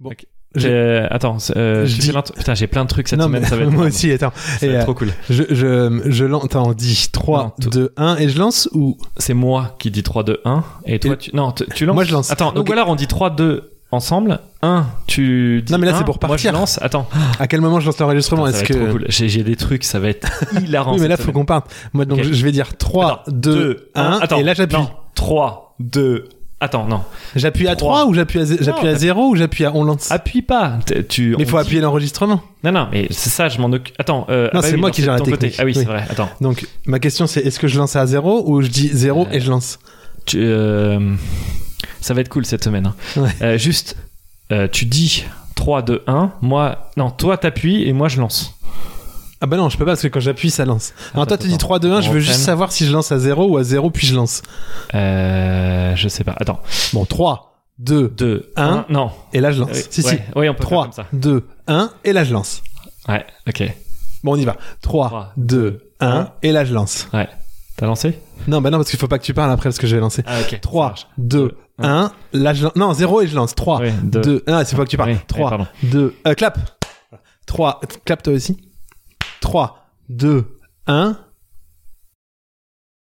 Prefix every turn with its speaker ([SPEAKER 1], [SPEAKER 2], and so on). [SPEAKER 1] Bon.
[SPEAKER 2] Ok. J'ai- Attends, c'est, euh,
[SPEAKER 1] Je
[SPEAKER 2] j'ai
[SPEAKER 1] dis-
[SPEAKER 2] fait plein de trucs- putain, j'ai plein de trucs cette
[SPEAKER 1] non,
[SPEAKER 2] semaine,
[SPEAKER 1] mais
[SPEAKER 2] ça va être,
[SPEAKER 1] moi
[SPEAKER 2] énorme.
[SPEAKER 1] aussi, attends.
[SPEAKER 2] Ça va
[SPEAKER 1] Et,
[SPEAKER 2] être
[SPEAKER 1] euh,
[SPEAKER 2] trop cool.
[SPEAKER 1] Je, je, je lance. Attends, on dit 3,
[SPEAKER 2] Non,
[SPEAKER 1] 2, 1, et je lance ou.
[SPEAKER 2] C'est moi qui dis 3, 2, 1, et toi
[SPEAKER 1] Et-
[SPEAKER 2] tu... Non, t- tu lances
[SPEAKER 1] Moi, je lance.
[SPEAKER 2] Attends,
[SPEAKER 1] Ok.
[SPEAKER 2] ou alors on dit 3, 2 ensemble, 1, tu dis
[SPEAKER 1] Non, mais là, c'est
[SPEAKER 2] 1,
[SPEAKER 1] pour
[SPEAKER 2] Moi je
[SPEAKER 1] partir.
[SPEAKER 2] lance, attends,
[SPEAKER 1] À quel moment je lance l'enregistrement
[SPEAKER 2] Putain, ça
[SPEAKER 1] Est-ce
[SPEAKER 2] va
[SPEAKER 1] que.
[SPEAKER 2] être trop cool. J'ai j'ai des trucs, ça va être hilarant
[SPEAKER 1] Oui, mais là,
[SPEAKER 2] cette
[SPEAKER 1] faut qu'on parte. Moi, donc,
[SPEAKER 2] Ok.
[SPEAKER 1] je vais dire 3, 2, 1,
[SPEAKER 2] attends,
[SPEAKER 1] et là, j'appuie.
[SPEAKER 2] 3, 2, attends, non.
[SPEAKER 1] J'appuie à 3
[SPEAKER 2] Trois.
[SPEAKER 1] ou j'appuie à, zé- j'appuie à
[SPEAKER 2] t'appuies-
[SPEAKER 1] 0 ou j'appuie à on lance
[SPEAKER 2] Appuie pas. t- Tu,
[SPEAKER 1] Mais
[SPEAKER 2] on
[SPEAKER 1] faut
[SPEAKER 2] dit-
[SPEAKER 1] appuyer l'enregistrement.
[SPEAKER 2] Non, non, mais c'est ça, je m'en occupe. Attends, euh,
[SPEAKER 1] Non,
[SPEAKER 2] ah bah
[SPEAKER 1] c'est
[SPEAKER 2] oui,
[SPEAKER 1] moi
[SPEAKER 2] non,
[SPEAKER 1] qui
[SPEAKER 2] c'est
[SPEAKER 1] gère
[SPEAKER 2] de
[SPEAKER 1] la
[SPEAKER 2] ton côté.
[SPEAKER 1] technique.
[SPEAKER 2] Ah oui,
[SPEAKER 1] Oui.
[SPEAKER 2] c'est vrai, attends.
[SPEAKER 1] Donc, ma question, c'est est-ce que je lance à 0 ou je dis
[SPEAKER 2] Euh.
[SPEAKER 1] 0 et je lance
[SPEAKER 2] Tu, euh, ça va être cool cette semaine. hein.
[SPEAKER 1] Ouais.
[SPEAKER 2] Euh, juste, euh, tu dis 3, 2, 1. Moi, non, toi t'appuies et moi je lance.
[SPEAKER 1] Ah bah non, je peux pas parce que quand j'appuie, ça lance. Alors, toi,
[SPEAKER 2] Attends,
[SPEAKER 1] tu dis
[SPEAKER 2] attends.
[SPEAKER 1] 3, 2, 1, je
[SPEAKER 2] On
[SPEAKER 1] veux juste
[SPEAKER 2] enchaîne.
[SPEAKER 1] savoir si je lance à 0 ou à 0 puis je lance.
[SPEAKER 2] Euh, je sais pas. Attends.
[SPEAKER 1] Bon, 3, 2,
[SPEAKER 2] 2,
[SPEAKER 1] Un.
[SPEAKER 2] 1. Non.
[SPEAKER 1] et là, je lance.
[SPEAKER 2] Oui,
[SPEAKER 1] Si, si.
[SPEAKER 2] Euh, ouais, ouais, on peut
[SPEAKER 1] 3,
[SPEAKER 2] faire comme
[SPEAKER 1] 2, 1, et là, je lance.
[SPEAKER 2] ça. Ouais, ok.
[SPEAKER 1] Bon, on y va. 3,
[SPEAKER 2] Trois,
[SPEAKER 1] 2, 1,
[SPEAKER 2] un.
[SPEAKER 1] et là, je lance.
[SPEAKER 2] Ouais. T'as lancé
[SPEAKER 1] Non, bah non, parce qu'il faut pas que tu parles après parce que je vais lancer.
[SPEAKER 2] Ah, ok.
[SPEAKER 1] 3, 2,
[SPEAKER 2] Ouais.
[SPEAKER 1] 1, là, je lance. Non, 0 et je lance. 3,
[SPEAKER 2] Ouais, deux.
[SPEAKER 1] 2, 1, c'est pas que tu parles.
[SPEAKER 2] Ouais, ouais,
[SPEAKER 1] 3,
[SPEAKER 2] pardon.
[SPEAKER 1] 2, euh, clap. 3, clap toi aussi. 3, 2, 1,